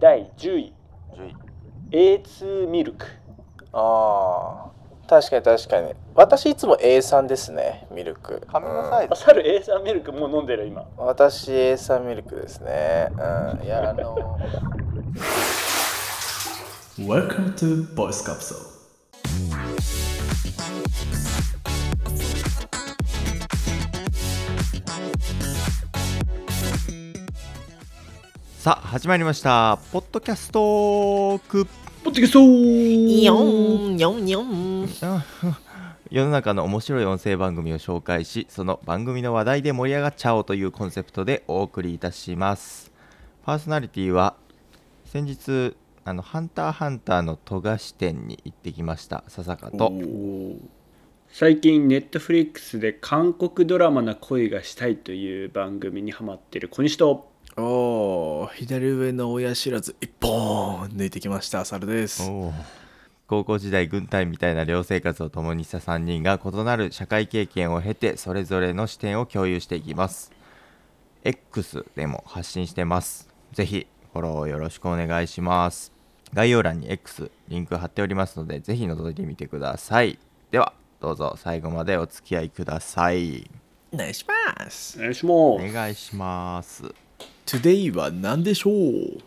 第10位10位 A2 ミルクああ確かに確かに私いつも A さんですねミルク紙のサイズあ猿 A3 ミルクもう飲んでる今うん私 A さんミルクですねうんいやあの Welcome to Voice Capsule. さあ始まりましたポッドキャストーク ポッドキャストにょーんにょんにょん世の中の面白い音声番組を紹介しその番組の話題で盛り上がっちゃおうというコンセプトでお送りいたしますパーソナリティは先日あの「ハンターハンター」の富樫店に行ってきました笹香と最近ネットフリックスで韓国ドラマな恋がしたいという番組にハマってる小西とおお左上の親知らず一本抜いてきました猿ですおー高校時代軍隊みたいな寮生活を共にした3人が異なる社会経験を経てそれぞれの視点を共有していきます X でも発信してますぜひフォローよろしくお願いします概要欄に X リンク貼っておりますのでぜひ覗いてみてくださいではどうぞ最後までお付き合いくださいお願いしますお願いしまおす願いします Today は何でしょう今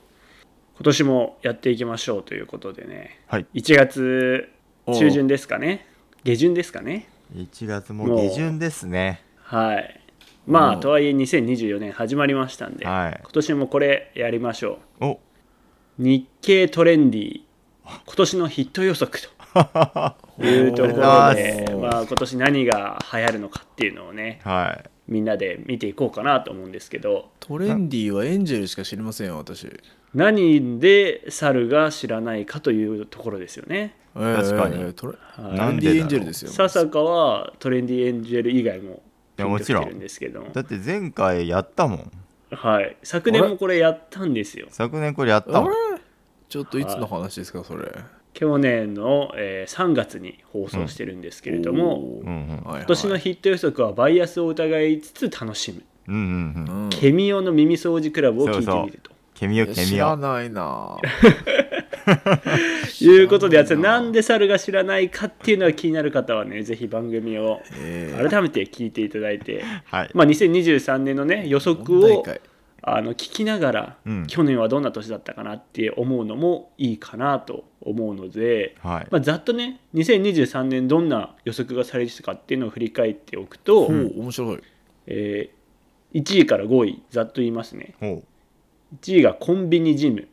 年もやっていきましょうということでねはい1月中旬ですかね下旬ですかね1月も下旬ですねはいまあうんとはいえ2024年始ままりましたんで、はい今年もこれやりましょお う日経トレンディ今年のヒット予測という ところでおーまあ、今年何が流行るのかっていうのをねはいみんなで見ていこうかなと思うんですけどトレンディはエンジェルしか知りませんよ私、何で猿が知らないかというところですよね。えー確かにえートレはトレななんンでディエだろうンジェルですよささかはトレンディエンジェル以外もいやもちろんピンときてるんですけどもだって前回やったもんはい、昨年もこれやったんですよ。昨年これやったあもれんちょっといつの話ですかそれ去年の、えー3月に放送してるんですけれども、おーうんうんはいはい今年のヒット予測はバイアスを疑いつつ楽しむ、うんうんうんうんケミオの耳掃除クラブを聞いてみると。ケミオケ知ミらオない ないうことでやつなんで猿が知らないかっていうのが気になる方はねぜひ番組をえー改めて聞いていただいて、はいまあ、2023年のね予測問題を回あの聞きながら、うん去年はどんな年だったかなって思うのもいいかなと思うので、はいまあ、ざっとね2023年どんな予測がされてたかっていうのを振り返っておくと、お面白いえー1位から5位ざっと言いますねほう1位がコンビニジム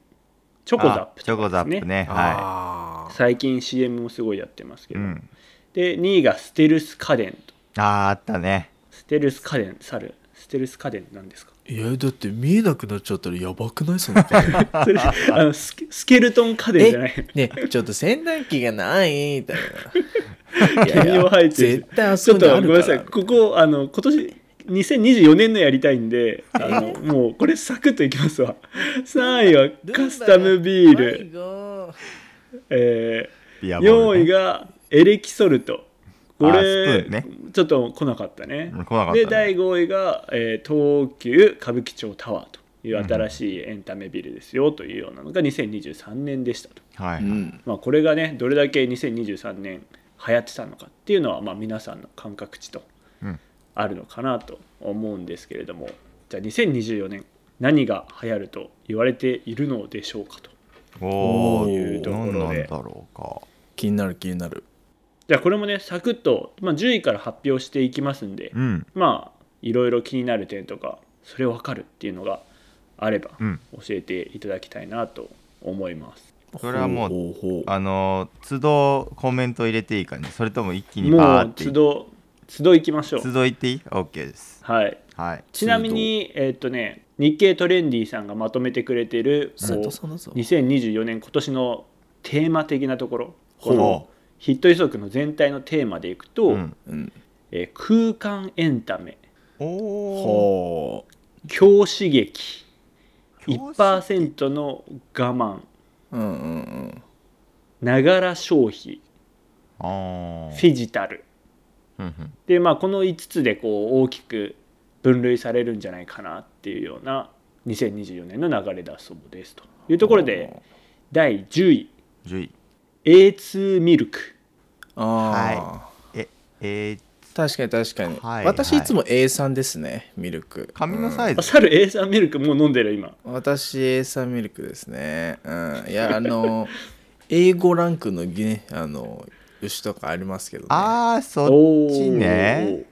チョコザッあプチョコザップねはあ最近 CM もすごいやってますけいど、うんで2位がステルス家電とあーあったねステルス家電猿ステルス家電なんですか ーいやだって見えなくなっちゃったらやばくないその回それあのスケスケルトン家電じゃない ねちょっと洗濯機がないみたいな毛にも生えてる絶対あちそょこっにとあごめるんからなさいここあの今年2024年のやりたいん であのもうこれサクッといきますわ3位はカスタムビール、ルえビーアボール4位ねがエレキソルトこあースれ、プーンねちょっと来なかったねうん来なかったねで第5位が、えー東急歌舞伎町タワーという新しいエンタメビルですよというようなのが2023年でしたと、はういんまあ、これがねどれだけ2023年流行ってたのかっていうのは、まあ、皆さんの感覚値とうんあるのかなと思うんですけれどもじゃあ2024年何が流行ると言われているのでしょうかとおおといいううととこころろででなんなんだろうか気になる気になるじゃあこれもねサクッと、まあ、10位から発表していきますんで、うんまあいろいろ気になる点とかそれ分かるっていうのがあればうん教えていただきたいなと思います、それはもうほうほうあのー都度コメント入れていいかねそれとも一気にもバーうって都度都度行きましょう都度いっていい ?OK ですはいはいちなみにえーっとね日経トレンディさんがまとめてくれてるこずっうとそのぞ2024年今年のテーマ的なところほうこのヒット予測の全体のテーマでいくと、うんうんえー空間エンタメおほお強刺激強刺1%の我慢ううんうん うんながら消費あーフィジタルうんうんでまあこの5つでこう大きく分類されるんじゃないかなっていうような2024年の流れだそうですというところで第10位10位 A2 ミルクあはええーい、確かに確かに、はい私はいいつも A さんですねミルク紙のサイあズ、猿 A3 ミルクもう飲んでる今私 A さんミルクですねうんいやあの A5 ランクのねあの牛とかありますけどねはああそおっちね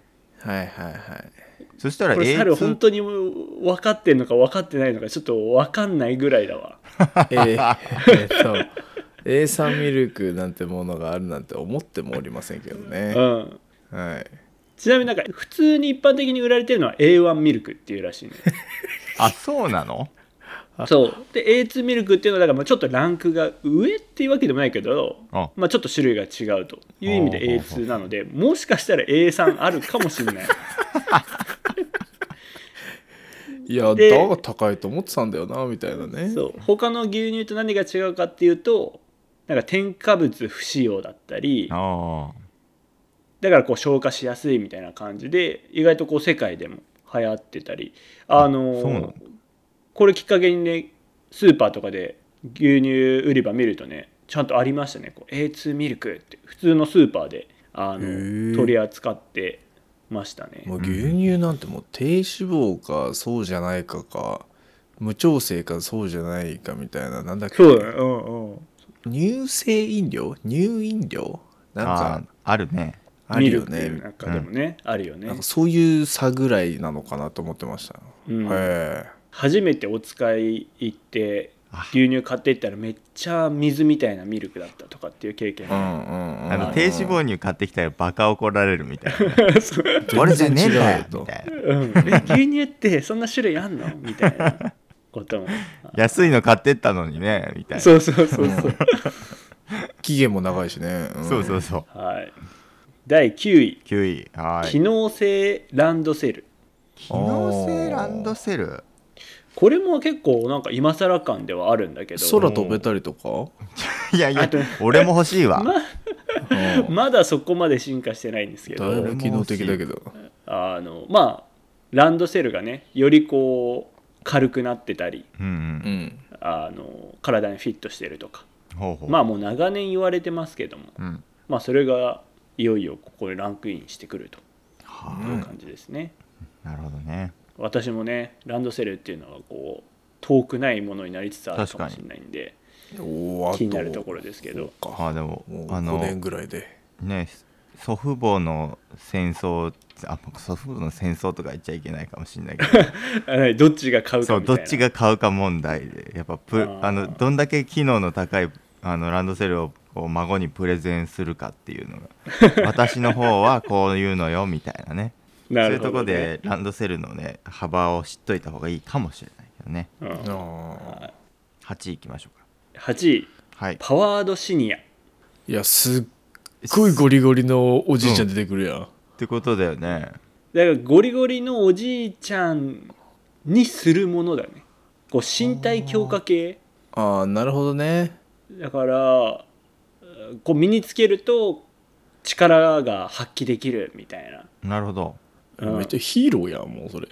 ーいはいはいそしたらこれ猿 A2 本当に分かってんのか分かってないのかちょっと分かんないぐらいだわえーえっと A さんミルクなんてものがあるなんて思ってもおりませんけどねうんはいちなみになんか普通に一般的に売られてるのは A1 ミルクっていうらしいねあそうなのそうで A2 ミルクっていうのはだからまあちょっとランクが上っていうわけでもないけどあまあ、ちょっと種類が違うという意味でほうほうほう A2 なのでもしかしたら A3 あるかもしれないいやでだが高いと思ってたんだよなみたいなねそう他の牛乳と何が違うかっていうとなんか添加物不使用だったりあだからこう消化しやすいみたいな感じで意外とこう世界でも流行ってたりあのそうなのこれきっかけにねスーパーとかで牛乳売り場見るとねちゃんとありましたねこう A2 ミルクって普通のスーパーであへえの取り扱ってましたねもう牛乳なんてもう低脂肪かそうじゃないかか無調整かそうじゃないかみたいななんだっけそうだねうんうん乳製飲料乳飲料あなんあかあるねあるよミルねクなんかでもね、あるよねなんかそういう差ぐらいなのかなと思ってました、うんへ初めてお使い行って牛乳買っていったらめっちゃ水みたいなミルクだったとかっていう経験えうんうんうんあの低脂肪乳買ってきたらバカ怒られるみたいなそう俺じゃねえん全然違うだよよとみたいなうん、え牛乳ってそんな種類あん のみたいなことも安いの買ってったのにねみたいなそうそうそうそう、期限も長いしね、んそうそうそうはい、第9位9位はい機能性ランドセル機能性ランドセルこれも結構なんか今更感ではあるんだけど空飛べたりとかいやいあやと俺も欲しいわ、まうんまだそこまで進化してないんですけどだいぶ機能的だけどあのまあランドセルがねよりこう軽くなってたりうんうんうんあの体にフィットしてるとかほうほうまあもう長年言われてますけども、うんまあ、それがいよいよここにランクインしてくるとはいう感じですね、あなるほどね私もねランドセルっていうのはこう遠くないものになりつつあるかもしれないんでおーあ気になるところですけどそうかあでももうあ5の年ぐらいでね祖父母の戦争あ祖父母の戦争とか言っちゃいけないかもしれないけどあのどっちが買うそかうみたどいなっちが買うか問題でやっぱプあーあのどんだけ機能の高いあのランドセルをこう孫にプレゼンするかっていうの が私の方はこういうのよみたいなねなそうるいうとほこど、ねで、ランドセルのね幅を知っといた方がいいかもしれないけどねうんあー8位いきましょうか8位はいパワードシニアいやすっごいゴリゴリのおじいちゃん出てくるやん、ってことだよねだからゴリゴリのおじいちゃんにするものだねこう身体強化系ああなるほどねだからうんこう身につけると力が発揮できるみたいな、なるほどうんめっちゃヒーローやんもうそれ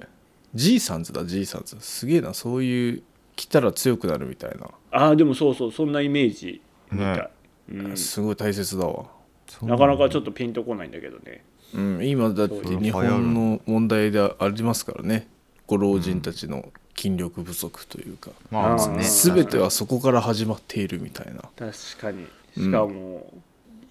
じいさんズだじいさんズすげえなそういう来たら強くなるみたいな、ああでもそうそうそんなイメージみたい、ねうんすごい大切だわそうなかなかちょっとピンとこないんだけどねうん今だって日本の問題でありますからねご老人たちの筋力不足というか、まあうんね全てはそこから始まっているみたいな確かにしかも、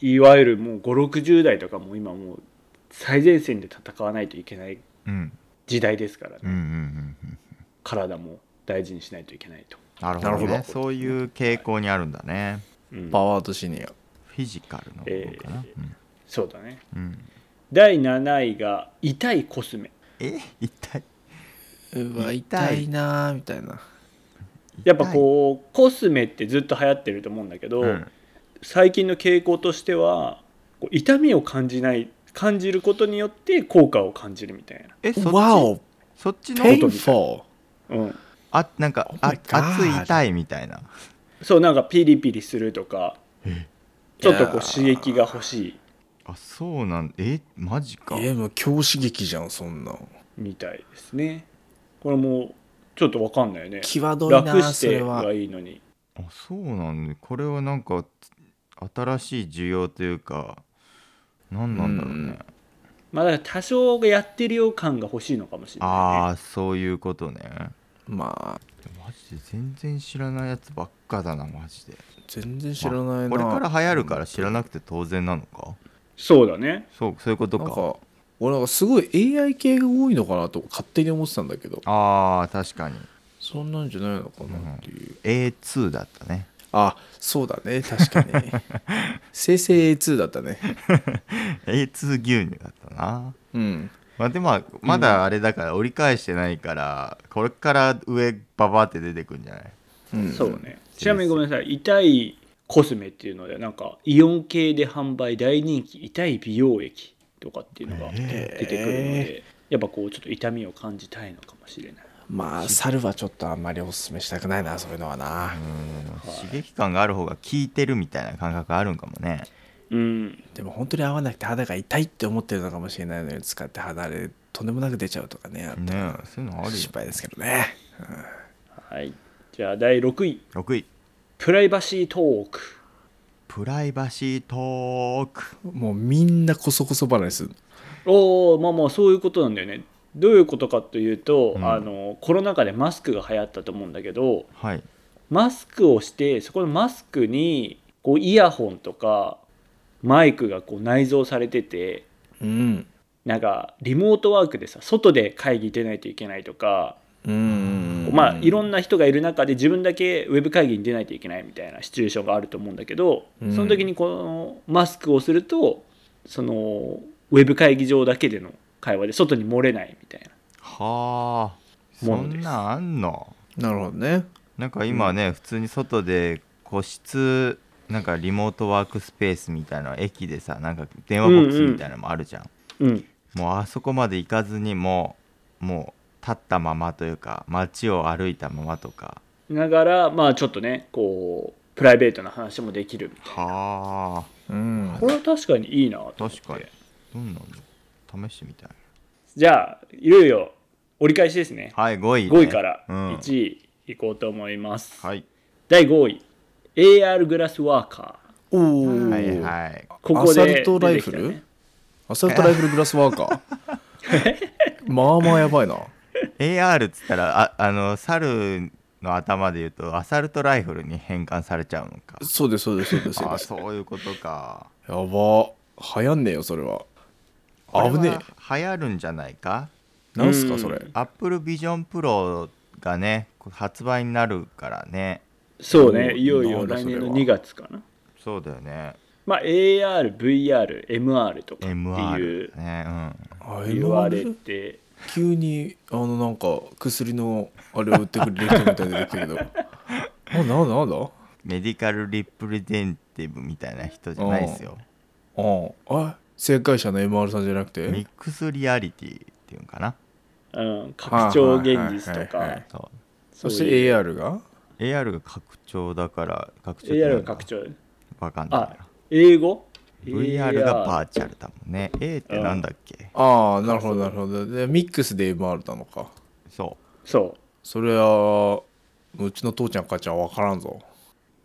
いわゆるもう560代とかも今もう最前線で戦わないといけないうん時代ですからね、うんうんうんうん体も大事にしないといけないと、なるほど,、ね、なるほどそういう傾向にあるんだねうんパワードシニアフィジカルの方かな、そうだねうんうん第7位が痛いコスメえ一体うわわ痛痛いいなみたいなやっぱこうコスメってずっと流行ってると思うんだけど、うん最近の傾向としてはこう痛みを感じない感じることによって効果を感じるみたいな、えそっちわおそっちのペインフォーうん、あなんか、あ Oh my God 熱い痛いみたいなそうなんかピリピリするとかちょっとこいうやー刺激が欲しいあそうなんえマジかえもう強刺激じゃんそんなんみたいですねこれもちょっとわかんないよね際どい楽なしそてれはがいいのにあそうなんねこれはなんか新しい需要というか何なんだろうね、うんまあだから多少がやってるよう感が欲しいのかもしれない、あね、あそういうことねまあマジで全然知らないやつばっかだなマジで全然知らないなこれから流行るから知らなくて当然なのかそうだねそうそういうことなかんか俺なんかすごい AI 系が多いのかなと勝手に思ってたんだけどああ確かにそんなんじゃないのかなっていう、 A2 だったねあそうだね確かに生成 A2 だったね A2 牛乳だったなうんまあでもまだあれだから折り返してないから、これから上ババって出てくるんじゃないうんそうねちなみにごめんなさい痛いコスメっていうのでなんかイオン系で販売大人気痛い美容液とかっていうのが出てくるので、やっぱこうちょっと痛みを感じたいのかもしれないまあ猿はちょっとあんまりお勧めしたくないなそういうのはな刺激感がある方が効いてるみたいな感覚あるんかもねうんでも本当に合わなくて肌が痛いって思ってるのかもしれないのに使って肌荒れとんでもなく出ちゃうとかねあったらねえそういうのあるよ失敗ですけどねはいじゃあ第6位6位プライバシートークプライバシートークもうみんなこそこそ話するおおまあまあそういうことなんだよねどういうことかというと、うんあのコロナ禍でマスクが流行ったと思うんだけどはいマスクをしてそこのマスクにこうイヤホンとかマイクがこう内蔵されててうんなんかリモートワークでさ外で会議出ないといけないとか、うんうんうんまあいろんな人がいる中で自分だけウェブ会議に出ないといけないみたいなシチュエーションがあると思うんだけど、うんその時にこのマスクをするとそのウェブ会議場だけでの会話で外に漏れないみたいな。はあそものんですなんあんのなるほどねなんか今ね、普通に外で個室なんかリモートワークスペースみたいな駅でさなんか電話ボックスみたいなのもあるじゃん、うん、もうあそこまで行かずにもうもう立ったままというか街を歩いたままとかながらまあちょっとねこうプライベートな話もできるみたいなはあうんこれは確かにいいなと思って確かにどんなの試してみたいじゃあいよいよ折り返しですね、はい5位、ね、 5位からうん1位いこうと思います、はい第5位 AR グラスワーカーおおはいはいここでアサルトライフル出てきたねアサルトライフルグラスワーカ ーまあまあやばいな AR っつったらああの猿の頭で言うとアサルトライフルに変換されちゃうのかそうですそうですそうですそうあですそういうことかやば流行んねえよそれは危ねこれは流行るんじゃないかえなんすかうんそれ Apple Vision Pro がね発売になるからねそうおねいよいなよんだ来年それのは2月かなそうだよねまあ ARVRMR とかっていう MR ねうんあ言われ MR て急にあのなんか薬のあれを売ってくれる人みたいに出てきたけどあなんだなんだあメディカルリプレゼンティブみたいな人じゃないですよああ正解者の MR さんじゃなくミてックスリアリティっていうのかなうん、拡張現実はといはいはかいはいそそしてそういう AR が AR が拡張だから拡張 AR が拡張わかんないあな英語 VR がバーーチャルだもんね A ってなんだっけああなるほどなるほどでミックスで MR なのかそそうそれはうちの父ちゃん母ちゃんわからんぞ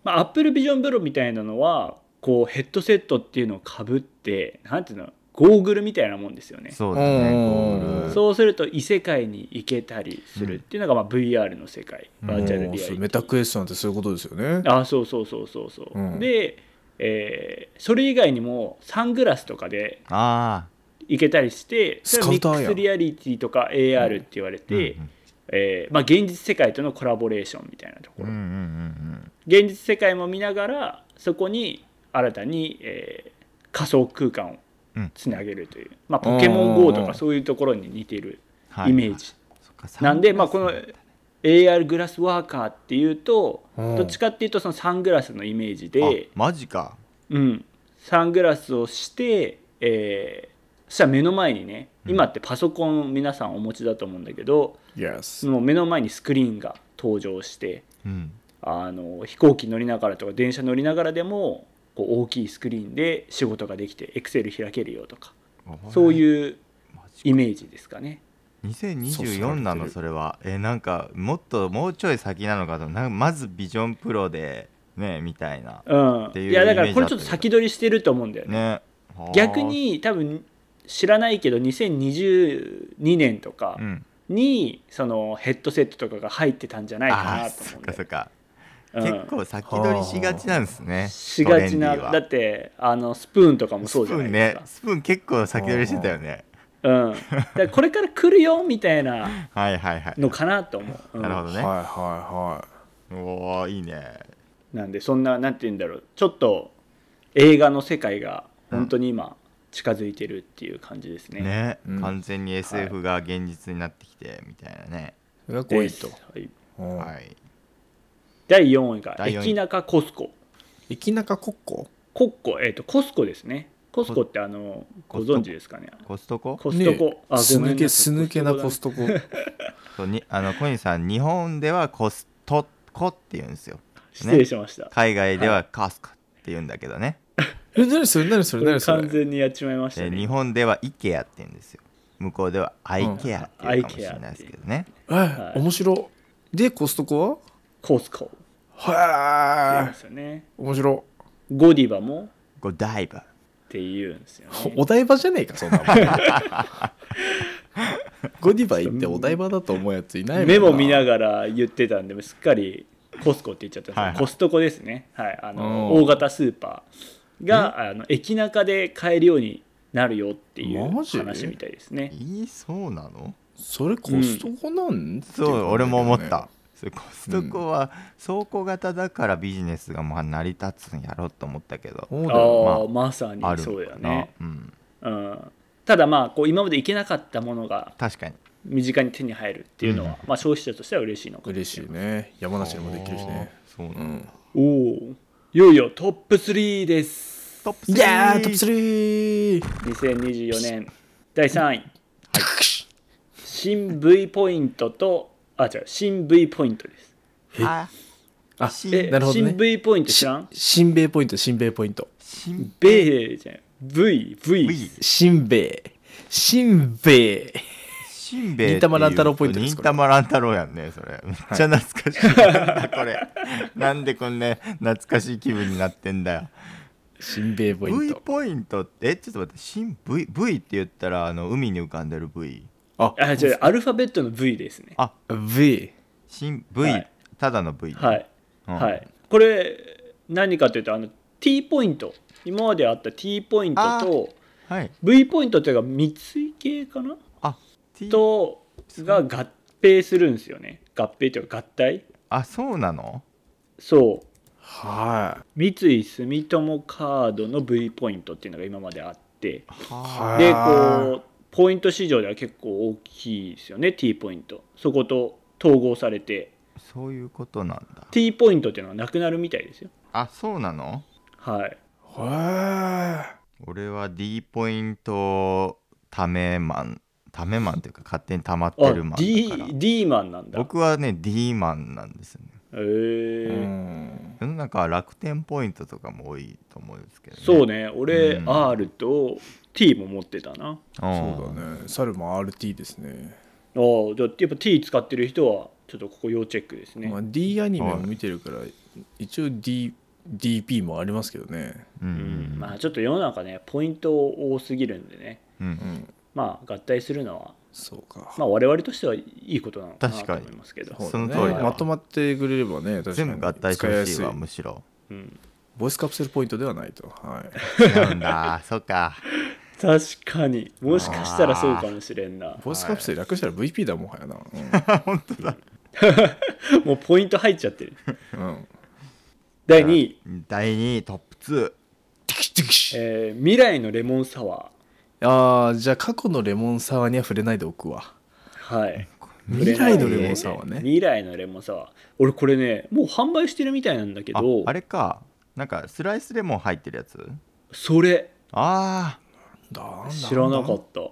まあ、Apple Vision Pro みたいなのはこうヘッドセットっていうのをかぶってなんていうのゴーグルみたいなもんですようねそそうだうねんゴーうグルすると異世界に行けたりするっていうのが、まあ、VR の世界バーチャルリアもうリテそうィメタクエストなんてそういうことですよねあそうそうそうそうそう、うんで、えーそれ以外にもサングラスとかでああ行けたりしてそスれはカミウターやんックスリアリティとか AR って言われて、うんうんえーまあ、現実世界とのコラボレーションみたいなとこうろ、んうんうん現実世界も見ながらそこに新たに、えー仮想空間をうんつなげるという、まあ、ポケモンうん GO うんうんとかそういうところに似ているうんイメージ、なんで、まあ、この AR グラスワーカーっていうとうんどっちかっていうとそのサングラスのイメージでで、マジかうん、サングラスをして、えーそしたら目の前にね今ってパソコン皆さんお持ちだと思うんだけど、 Yes その目の前にスクリーンが登場して。うんあの飛行機乗りながらとか電車乗りながらでもこう大きいスクリーンで仕事ができてエクセル開けるよとかそうういうイメージですかね2024なのそれはえなんかもっともうちょい先なのかとなまずビジョンプロでねみたいなうんていういやだからイメージだったけどこれちょっと先取りしてると思うんだよねね逆に多分知らないけど2022年とかうんにそのヘッドセットとかが入ってたんじゃないかあなあとそ思っうんだかそっよかうん結構先取りしがちなんですねしがちなトレンディはだってあのスプーンとかもスプそうじゃーないンですねかスプーン結構先取りしてたよねうん、だからこれから来るよみたいなはいはいはいのかなと思う、うん なるほどはいねはおおいいねなんでそんななんて言うんだろうちょっと映画の世界が本当に今近づいてるっていう感じですね、ねうん完全に SF が現実になってきてみたいなねいはいがで5位とはいうんはい第4位が第四位駅中コスコ駅中国庫コッコえっ、とコスコですねコスコってあのコご存知ですかねコストココストコ、ねえあすごめん抜なけさいす抜けなコストコそうにあの小西さん日本ではコストコって言うんですよ失礼しました、海外ではカスカって言うんだけどね、え何それ何そこれれ何そ完れ全にやっちまいましたでね日本ではイケアって言うんですよ向こうではアイケアって言うかもしれないですけどね、え面白いでコストココスコって言うんはでへえすよね面白ゴディバもゴダイバって言うんですよ、いね、お台場じゃねえかそ んなもんゴディバ行ってお台場だと思うやついないもんメモ見なががら言ってたんで、すっかりコスコって言っちゃったんですけどはいはいコストコですね、はい、あのうん大型スーパーがあの駅中で買えるようになるよっていうマジ話みたいですねー。いいそうなのそれコストコなん、っていそ感う、じだよね俺も思ったそれコストコは倉庫型だからビジネスがまあ成り立つんやろと思ったけど、そうだあよあまーまさにあるそのうかだなね、うん、うん、ただまあこう今まで行けなかったものが確かに身近に手に入るっていうのは、まあ、消費者としては嬉しいのか嬉しいね山梨にもできるしねあーそうなの、うんおおいよいよトップ3ですトップいやートップ 3! 2024年第3位、新 V ポイントとあ違う新 V ポイントです3ああえ、なるほどね新 V ポイント知らん新米ポイント新米ポイント新米じゃん V V, V 新米新米新兵衛忍たま乱太郎ポイントです忍たま乱太郎やんねそれめっちゃ懐かしい、なんだこれなんでこんな懐かしい気分になってんだよ新米ポイ V ントポイントってえちょっと待って新 V, v って言ったらあの海に浮かんでる V ああ違うアルファベットの V ですね V 新 V、はいただの V はい、うんはいこれ何かというとあの T ポイント今まであった T ポイントあとはい V ポイントというか三井系かなあ T とが合併するんですよね合併というか合体あそうなのそうはい三井住友カードの V ポイントっていうのが今まであってははでいこうポイント市場では結構大きいですよね T ポイントそこと統合されてあそういうことなんだ T ポイントっていうのはなくなるみたいですよあそうなのはいは俺は D ポイントためマンためマンというか勝手に溜まってるマあン D, だから D マンなんだ僕はね D マンなんですよねへえい世の中は楽天ポイントとかも多いと思うんですけど、ね、そうね、ね俺うん R と T も持ってたなそうだね猿も RT ですね、ああじゃあやっぱ T 使ってる人はちょっとここ要チェックですね、まあ、D アニメも見てるから一応 D DP もありますけどねうんううんんまあちょっと世の中ねポイント多すぎるんでねうんうんまあ合体するのはそうか、まあ我々としてはいいことなのかな確とかに思いますけどそうだそのね通りだわまとまってくれればね確かに全部合体してほしいわむしろうんボイスカプセルポイントではないとはい違う んだそっか確かにもしかしたらそうかもしれんなボイスカプセル略したら VP だもはやな、うんもうポイント入っちゃってるうん、第2位、第2位トップえー未来のレモンサワあーじゃあ過去のレモンサワーには触れないでおくわーはい未来のレモンサワーね未来のレモンサワー俺これねもう販売してるみたいなんだけど2ああれかなんかスライスレモン入ってるやつそれああだ知らなかった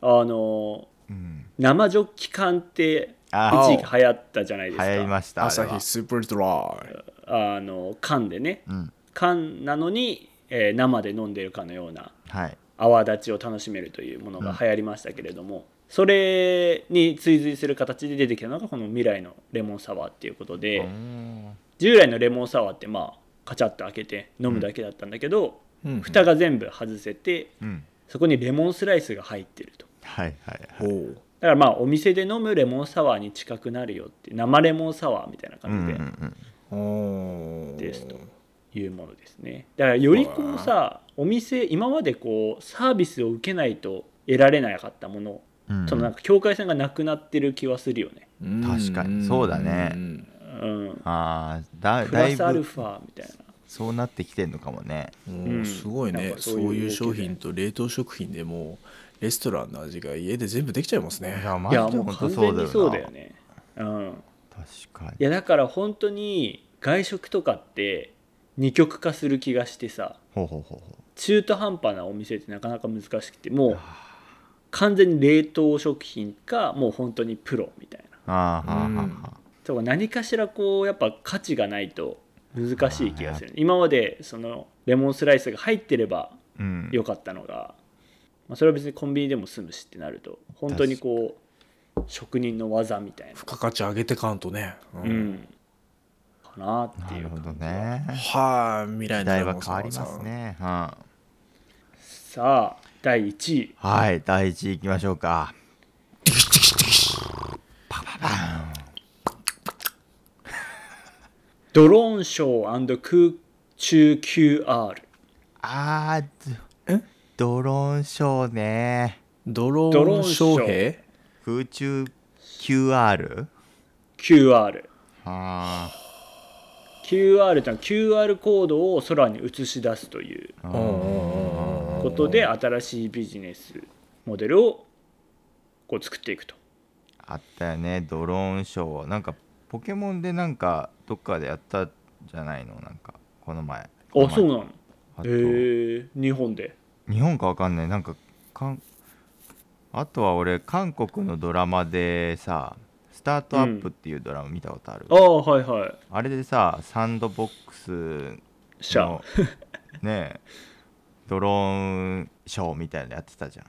あのうん生ジョッキ缶ってあ一ー時期流行ったじゃないです流行りかましたあれ朝は日スーパードライあの缶でねうん缶なのに、えー生で飲んでるかのようなはい泡立ちを楽しめるというものが流行りましたけれども、それに追随する形で出てきたのがこの未来のレモンサワーっていうことで、従来のレモンサワーってまあカチャッと開けて飲むだけだったんだけど、うん蓋が全部外せてうんそこにレモンスライスが入ってるとはいはいはいおだうからまあお店で飲むレモンサワーに近くなるよって生レモンサワーみたいなうん感じうでんうんおうですというものですねだからよりこうさお店今までこうサービスを受けないと得られなかったものうんそのなんか境界線がなくなってる気はするよねうん確かにそうだねんうんあーだプだラいスアルぶファみたいなそうなってきてんのかもねうもうんすごいなんねかそそういうういう動商きで品と冷凍食品でもうレストランの味が家で全部できちゃいますねいやマいやジでもう本完当そう全だよになそうだよねうん確かいやだから本当に外食とかって二極化する気がしてさほうほうほうほ中途半端なお店ってなかなか難しくてもう完全に冷凍食品かもう本当にプロみたいなうあーはあはあはあとか何かしらこうやっぱ価値がないと難しい気がする今までそのレモンスライスが入ってればうん良かったのが、まあ、それは別にコンビニでも済むしってなると本当にこう職人の技みたいな付加価値上げてかんとね、う、うんかなってないるうほど感じはねはあ未来時の代レはモン変サわワりーさんますねはさあ第1位いはい第一位いきましょうかドローンショー空中 QR あーえドローンショーねドロドローーンンショー将兵空中 QR? QR あ QR というのは QR コードを空に映し出すというあことで新しいビジネスモデルをこう作っていくとあったよねドローンショーなんかポケモンでなんかどっかでやったじゃないのなんかこの前あそうなうのあとへえ日本で日本かわかんないなんかかんあとは俺韓国のドラマでさ「スタートアップ」っていうドラマ見たことある、ああはいはいあれでさサンドボックスシャの ねえドローンショーみたいなのやってたじゃん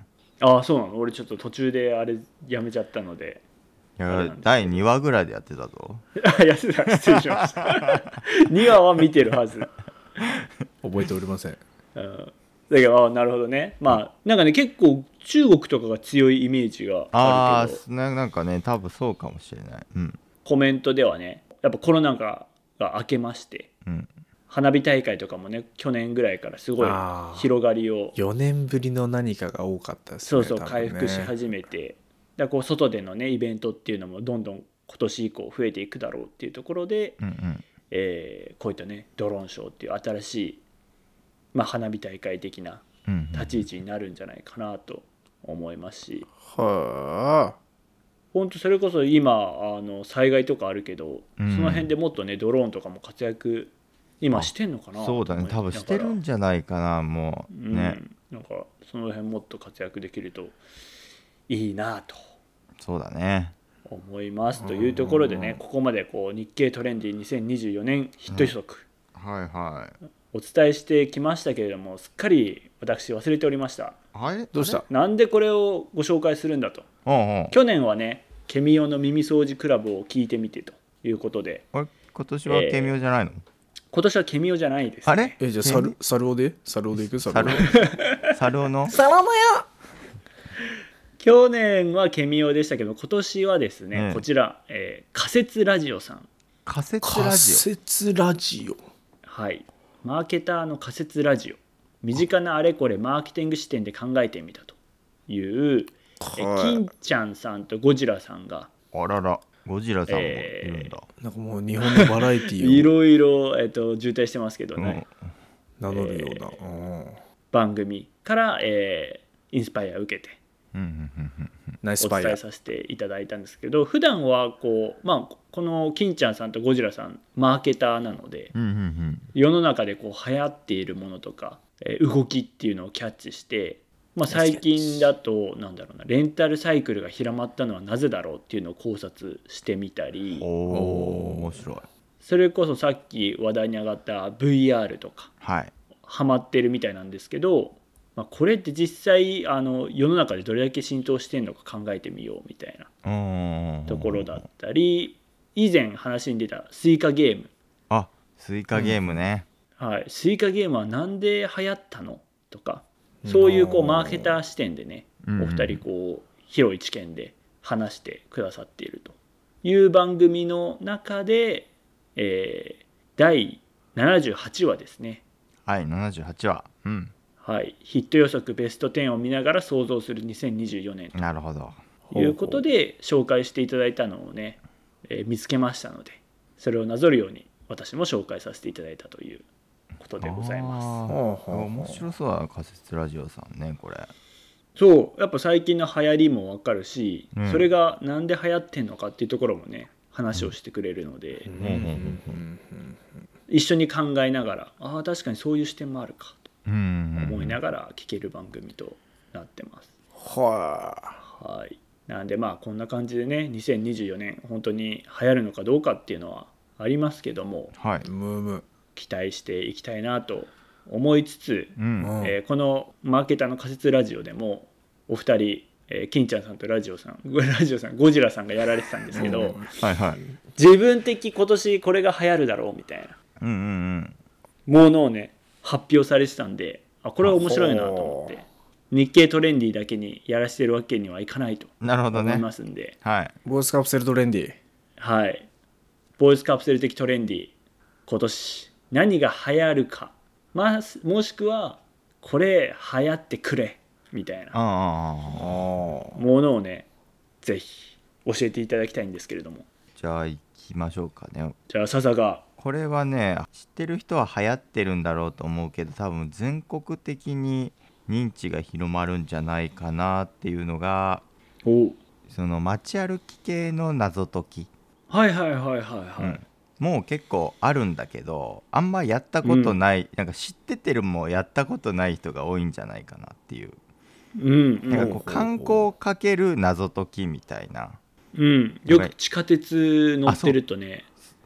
ああそうなの俺ちょっと途中であれやめちゃったので いあれなんやですけど第2話ぐらいでやってたぞあやってた失礼しました 2話は見てるはず覚えておりませんうんだけどあなるほどねまあなんかね結構中国とかが強いイメージがああるけどあななんかね多分そうかもしれないうんコメントではねやっぱコロナ禍が明けましてうん花火大会とかもね去年ぐらいからすごいあー広がりを4年ぶりの何かが多かったですそねうそう多分回ね復し始めて、だからこう外でのねイベントっていうのもどんどん今年以降増えていくだろうっていうところで、うんうんえーこういったねドローンショーっていう新しい、まあ、花火大会的なうんうん立ち位置になるんじゃないかなと思いますし。はあ本当それこそ今あの災害とかあるけど、うんその辺でもっとねドローンとかも活躍今してんのかなそうだね多分してるんじじゃないかなもうね、なんかその辺もっと活躍できるといいなとそうだね思いますというところでねここまでこう日経トレンディ2024年ヒット予測、はいはいお伝えしてきましたけれどもすっかり私忘れておりましたあれどうしたなんでこれをご紹介するんだとうんうん去年はねケミオの耳掃除クラブを聞いてみてということであれ今年はえー軽妙じゃないの、今年はケミオじゃないです、あれえじゃあサルサルオでサルオで行くササルルオサルオの去年はケミオでしたけど今年はですね、うんこちら、えー仮説ラジオさん仮説ラ仮ジ説ラジオはいマーケターの仮説ラジオ身近なあれこれマーケティング視点で考えてみたという、えー金ちゃんさんとゴジラさんがオあららゴジラさんもいるんだ、なんかもう日本のバラエテ ィいーをろいろ、えー、と渋滞してますけどね、名乗るような、うん番組から、えーインスパイアを受けてうんうんうんうんナイスおパイ伝アえさせていただいたんですけど普段はこうまあこの金ちゃんさんとゴジラさんマーケターなので、うんうんうん世の中でこう流行っているものとか、えー動きっていうのをキャッチして、まあ、最近だとなんだろうなレンタルサイクルが広まったのはなぜだろうっていうのを考察してみたりおお面白いそれこそさっき話題に上がった VR とかはいハマってるみたいなんですけどまあ、これって実際あの世の中でどれだけ浸透してるのか考えてみようみたいなうんところだったり以前話に出たスイカゲーム、あスイカゲームね、はい、スイカゲームはなんで流行ったのとかそういうこうマーケター視点でねうんお二人こう広い知見で話してくださっているという番組の中で、えー第78話ですねはい78話うんはい、ヒット予測ベスト10を見ながら想像する2024年なるほどということで紹介していただいたのをね、えー見つけましたのでそれをなぞるように私も紹介させていただいたということでございますあほうーほうほう面白そうな仮説ラジオさんねこれそうやっぱ最近の流行りもわかるし、うんそれがなんで流行ってんのかっていうところもね話をしてくれるので、一緒に考えながらああ確かにそういう視点もあるかとうんうん思いながら聞ける番組となってます。ははい、なんでまあこんな感じでね2024年本当に流行るのかどうかっていうのはありますけどもはいい。ムーム。期待していきたいなと思いつつ、うんえーこのマーケターの仮説ラジオでもお二人、えー金ちゃんさんとラジオさん ラジオさんゴジラさんがやられてたんですけどはいはい自分的今年これが流行るだろうみたいなうんうんうんものをね発表されてたんであこれは面白いなと思って日経トレンディだけにやらしてるわけにはいかないとなるほど思いねますんで。はいボイスカプセルトレンディ。はい。ボイスカプセル的トレンディ、今年何が流行るか、まあ、もしくは、これ流行ってくれ、みたいなああああ。ものをね、ぜひ教えていただきたいんですけれども。じゃあ行きましょうかねじゃあ、笹が、これはね知ってる人は流行ってるんだろうと思うけど多分全国的に認知が広まるんじゃないかなっていうのがおうその街歩き系の謎解き、はいはいはいはいはい。うんもう結構あるんだけどあんまやったことない、なんか知っててるもやったことない人が多いんじゃないかなっていううん、うなんんかこう観光かける謎解きみたいなうん。よく地下鉄乗ってるとね、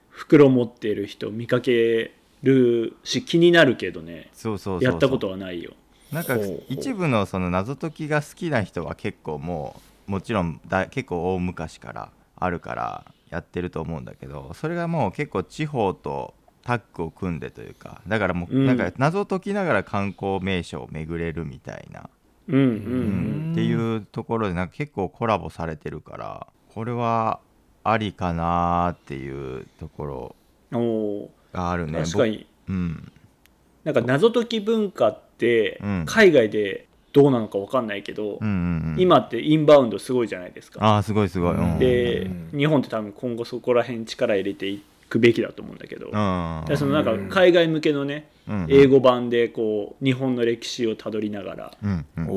袋持ってる人見かけるし、気になるけどね、そうそうそうそうやったことはないよ。なんかほうほう一部のその謎解きが好きな人は結構もうもちろんだ結構大昔からあるからやってると思うんだけどそれがもう結構地方とタッグを組んでというかだからもううんなんか謎解きながら観光名所を巡れるみたいな、うんうんううんんっていうところでなんか結構コラボされてるからこれはありかなーっていうところおがあるーね。確かに僕うんなんか謎解き文化ってうん海外でどうなのか分かんないけど、うんうんうん、今ってインバウンドすごいじゃないですか。ああすごいすごい。うんで、うん日本って多分今後そこら辺力入れていくべきだと思うんだけど、うんでそのなんか海外向けのね、うん英語版でこう日本の歴史をたどりながらうんうんお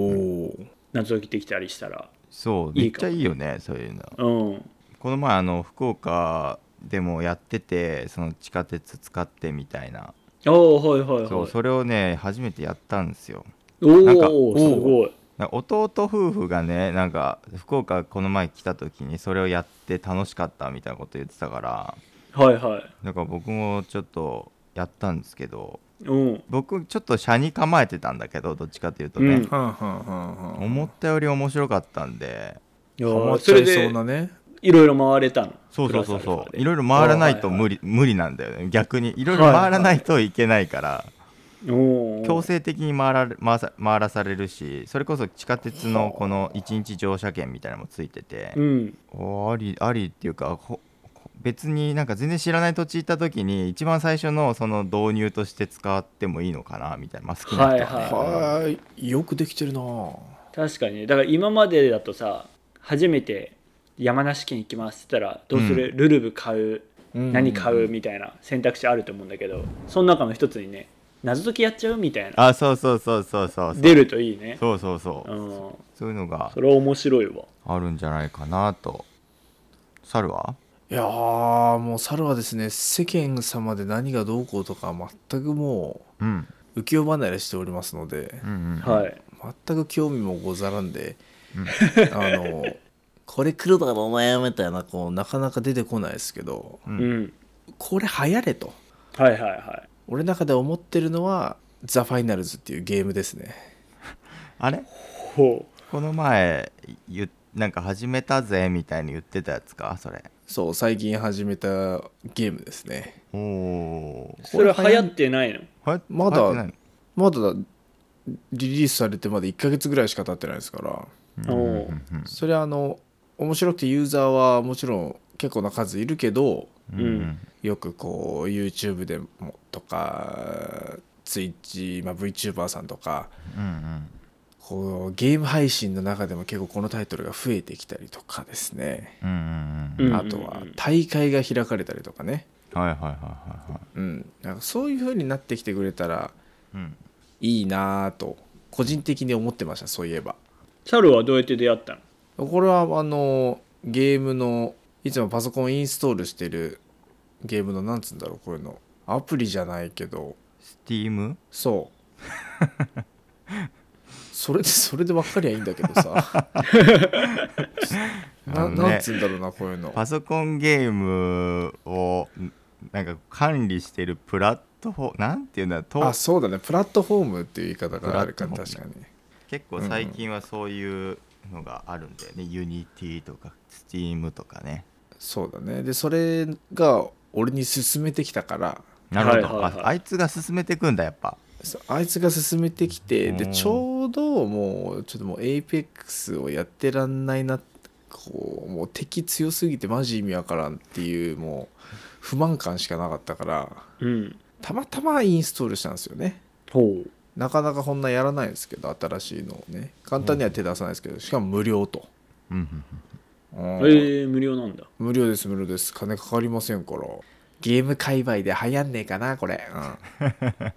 お。謎解きできたりしたら、そういめっいちゃかもいいよねそういうのうん、この前あの福岡でもやっててその地下鉄使ってみたいなおおはいはいはいそうそれをね初めてやったんですよなんかおおすごいなんか弟夫婦がねなんか福岡この前来た時にそれをやって楽しかったみたいなこと言ってたからはいはいなんか僕もちょっとやったんですけどうん僕ちょっと車に構えてたんだけどどっちかというとね、うんはんはんはんはん。思ったより面白かったんでいやハマーっちそゃれいそでうなね。いろいろ回れたのそうそプラうそうスアルそファうでいろいろ回らないと無理無理なんだよね逆にいろいろ回らないといけないから、おー強制的に回られ回さ回らされるしそれこそ地下鉄のこの1日乗車券みたいなのもついてて、うんおーありありっていうかほほ別になんか全然知らない土地行った時に一番最初のその導入として使ってもいいのかなみたいな、まあ、好きな人はね、はいはい。よくできてるな。確かにねだから今までだとさ初めて山梨県行きますって言ったらどうする、ルルブ買う何買うみたいな選択肢あると思うんだけどその中の一つにね謎解きやっちゃうみたいなあそうそうそうそうそうそう出るといいねそうそうそう、うんそういうのがそれは面白いわあるんじゃないかなと猿はいやーもう猿はですね世間様で何がどうこうとか全くもうんう浮世離れしておりますのでうんうんはい全く興味もござらんで、あの これ来るだろお前みたいなこうなかなか出てこないですけどうん、これ流行れとはいはいはい俺の中で思ってるのは「ザ・ファイナルズ」っていうゲームですねあれほこの前ゆなんか始めたぜみたいに言ってたやつかそれそう最近始めたゲームですねおおうそれ流行ってないのはまだ流行ってないのまだリリースされてまだ1ヶ月ぐらいしか経ってないですからおうそれはあの面白くてユーザーはもちろん結構な数いるけどうんうんよくこう YouTube でもとか Twitch、まあ、VTuber さんとかうんこうゲーム配信の中でも結構このタイトルが増えてきたりとかですね、うんうんうんあとは大会が開かれたりとかね、はいはいはいはいはいうん、なんかそういう風になってきてくれたらうんいいなぁと個人的に思ってましたそういえばチャルはどうやって出会ったのこれはあのゲームのいつもパソコンインストールしてるゲームのなんつうんだろうこういうのアプリじゃないけど Steam? そう それでそれで分かりゃいいんだけどさ あなのねなんつうんだろうなこういうのパソコンゲームをんなんか管理してるプラットフォームなんていうんだとあそうだねプラットフォームっていう言い方があるからプラ確ットかに結構最近はそういうのがあるんだよね、ユニティとか Steam とかねそうだねでそれが俺に勧めてきたからなるほはど、いはいはいああいつが進めてくんだやっぱそうあいつが進めてきてでうんちょうどもうちょっともうエイペックスをやってらんないなこうもう敵強すぎてマジ意味わからんっていうもう不満感しかなかったからうんたまたまインストールしたんですよねほうなかなかこんなやらないですけど新しいのをね簡単には手出さないですけどしかも無料と、うんうんうんえー、無料なんだ無料です無料です金かかりませんからゲーム界隈で流行んねえかなこれ、うん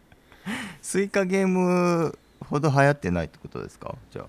スイカゲームほど流行ってないってことですかじゃあ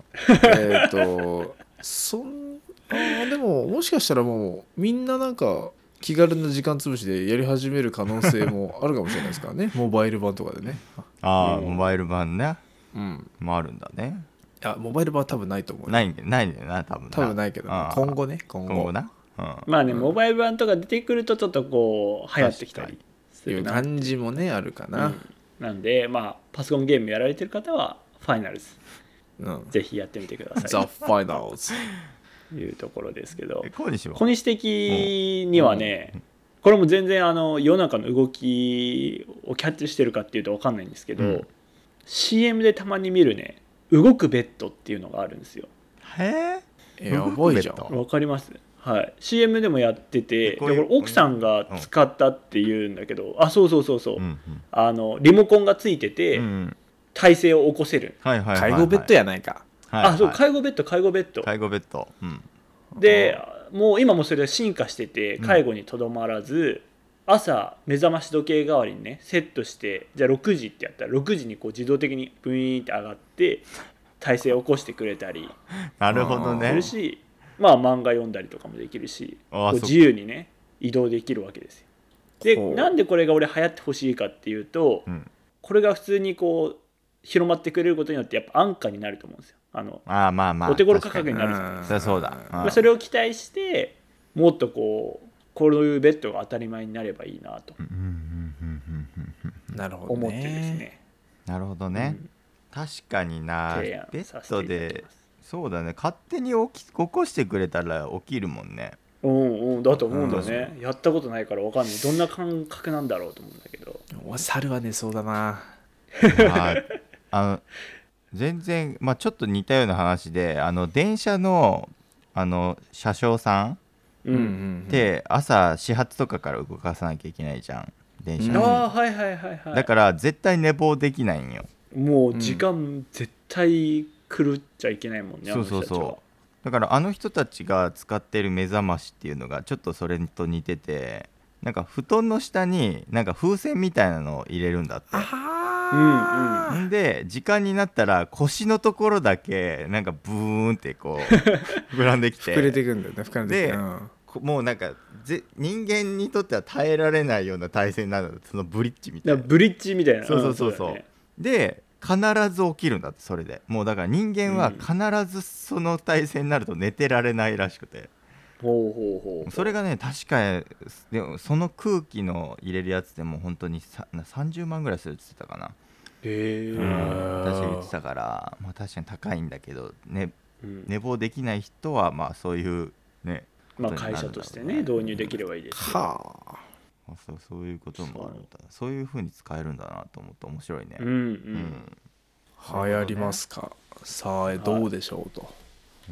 えっとそんあーでももしかしたらもうみんななんか気軽な時間つぶしでやり始める可能性もあるかもしれないですからね モバイル版とかでねああ、うんモバイル版ねうんもあるんだねあモバイル版は多分ないと思うよないんだよないんだよな多分な多分ないけどね、ああ今後ね今後今後な、うん、まあね、モバイル版とか出てくるとちょっとこう流行ってきたりすいるうな感じもねあるかななんでまあパソコンゲームやられてる方はファイナルズうんぜひやってみてくだ「さ The Finals いというところですけどえ小西は小西的にはね、これも全然あの世の中の動きをキャッチしてるかっていうと分かんないんですけど、うん CM でたまに見るね動くベッドっていうのがあるんですよへえ」やばいじゃロックんベッドわかりますはい、CM でもやっててこういうでこれ奥さんが使ったっていうんだけど、あそうそうそうそう、うんあのリモコンがついてて、うんうん体勢を起こせる、はいはいはいはい介護ベッドやないかはいはいあそう介護ベッド介護ベッド、介護ベッドうんでもう今もそれは進化してて介護にとどまらず、朝目覚まし時計代わりにねセットしてじゃあ6時ってやったら6時にこう自動的にブイーンって上がって体勢を起こしてくれたりなるほどすねるし、まあ漫画読んだりとかもできるしあこあうそっか自由にね移動できるわけですよ。でほうなんでこれが俺流行ってほしいかっていうと、うんこれが普通にこう広まってくれることによってやっぱ安価になると思うんですよ。あのああまあまあお手頃価格確にかなるじゃないにそりゃそうだ、まあ、それを期待してもっとこうこういうベッドが当たり前になればいいなとうんうんうんうんうんうんなるほど思ってですねねなるほどね、うん確かにな提案ベさッせドていただきでますそうだね勝手に起き起こしてくれたら起きるもんねうんうんだと思うんだよね、やったことないから分かんないどんな感覚なんだろうと思うんだけどお猿はねそうだなはいあの全然、まあ、ちょっと似たような話であの電車のあの車掌さんうん、って朝始発とかから動かさなきゃいけないじゃん電車、うあんあはいはいはいはいだから絶対寝坊できないんよもう時間絶対狂っちゃいけないもんね、あそのう人そうたちはそうだからあの人たちが使ってる目覚ましっていうのがちょっとそれと似ててなんか布団の下になんか風船みたいなのを入れるんだってうんうんんで時間になったら腰のところだけなんかブーンってこ う膨らんできて膨れていくんだよね膨らんでいくでうんこもうなんかぜ人間にとっては耐えられないような体勢になるんだってそのブリッジみだたいかならブリッジみたいなそうそうそうそう、んだよねで必ず起きるんだってそれでもうだから人間は必ずその体勢になると寝てられないらしくて、ほうほうほうそれがね確かにでもその空気の入れるやつでも本当にさな30万ぐらいするって言ってたかなへえうん確かに言ってたから、まあ、確かに高いんだけど、ね、寝坊できない人はまあそういうねまあこと会になる社んだとろうしてね導入できればいいですけどはあまあそうそういうこともあるんだそういうふうに使えるんだなと思って面白いねうんうん流行りますか、さあどうでしょうと、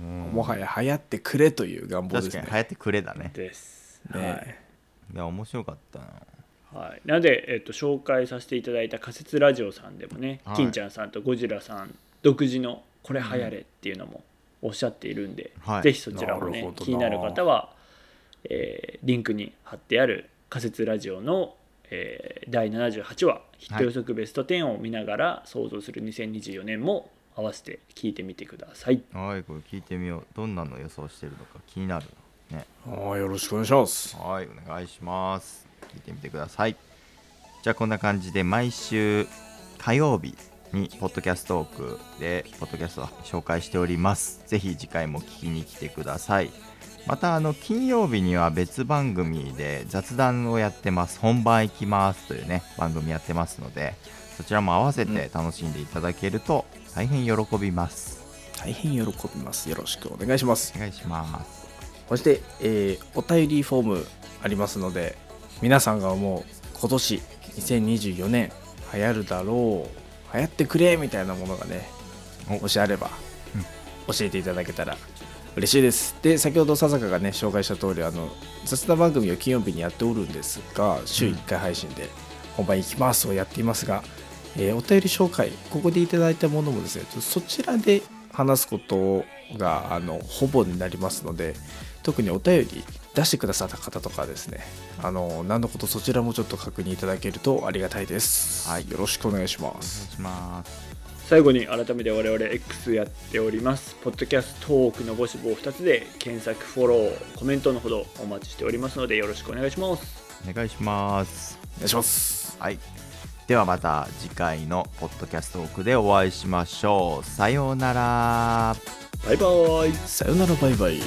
もはや流行ってくれという願望で確すかにね流行ってくれだねですねいや面白かったなはい、はい、なので、えっと、紹介させていただいた仮説ラジオさんでもね、はい金ちゃんさんとゴジラさん独自のこれ流行れっていうのもおっしゃっているんで、はいぜひそちらもなるほねどな気になる方は、えーリンクに貼ってある仮説ラジオの、えー第78話ヒット予測ベスト10を見ながら想像する2024年も合わせて聞いてみてください。はいこれ聞いてみようどんなの予想してるのか気になるなねああよろしくお願いしますはいお願いします聞いてみてくださいじゃあこんな感じで毎週火曜日にポッドキャストトークでポッドキャストを紹介しておりますぜひ次回も聞きに来てくださいまたあの金曜日には別番組で雑談をやってます本番行きますというね番組やってますのでそちらも合わせて楽しんでいただけると大変喜びます、大変喜びますよろしくお願いしますお願いしますそして、えーお便りフォームありますので皆さんが思う今年2024年流行るだろう流行ってくれみたいなものがねおもしあれば、教えていただけたら嬉しいですで先ほど佐坂がね紹介した通りあの雑談番組を金曜日にやっておるんですが週1回配信で本番行きますをやっていますが、えーお便り紹介ここでいただいたものもですねそちらで話すことがあのほぼになりますので特にお便り出してくださった方とかはですねあの何のことそちらもちょっと確認いただけるとありがたいです、はいよろしくお願いしまおす願いします最後に改めて我々 X やっておりますポッドキャストトークのご志望2つで検索フォローコメントのほどお待ちしておりますのでよろしくお願いしますお願いしますお願いしますはい。ではまた次回のポッドキャストオークでお会いしましょう。さようなら。バイバイさよならバイバイ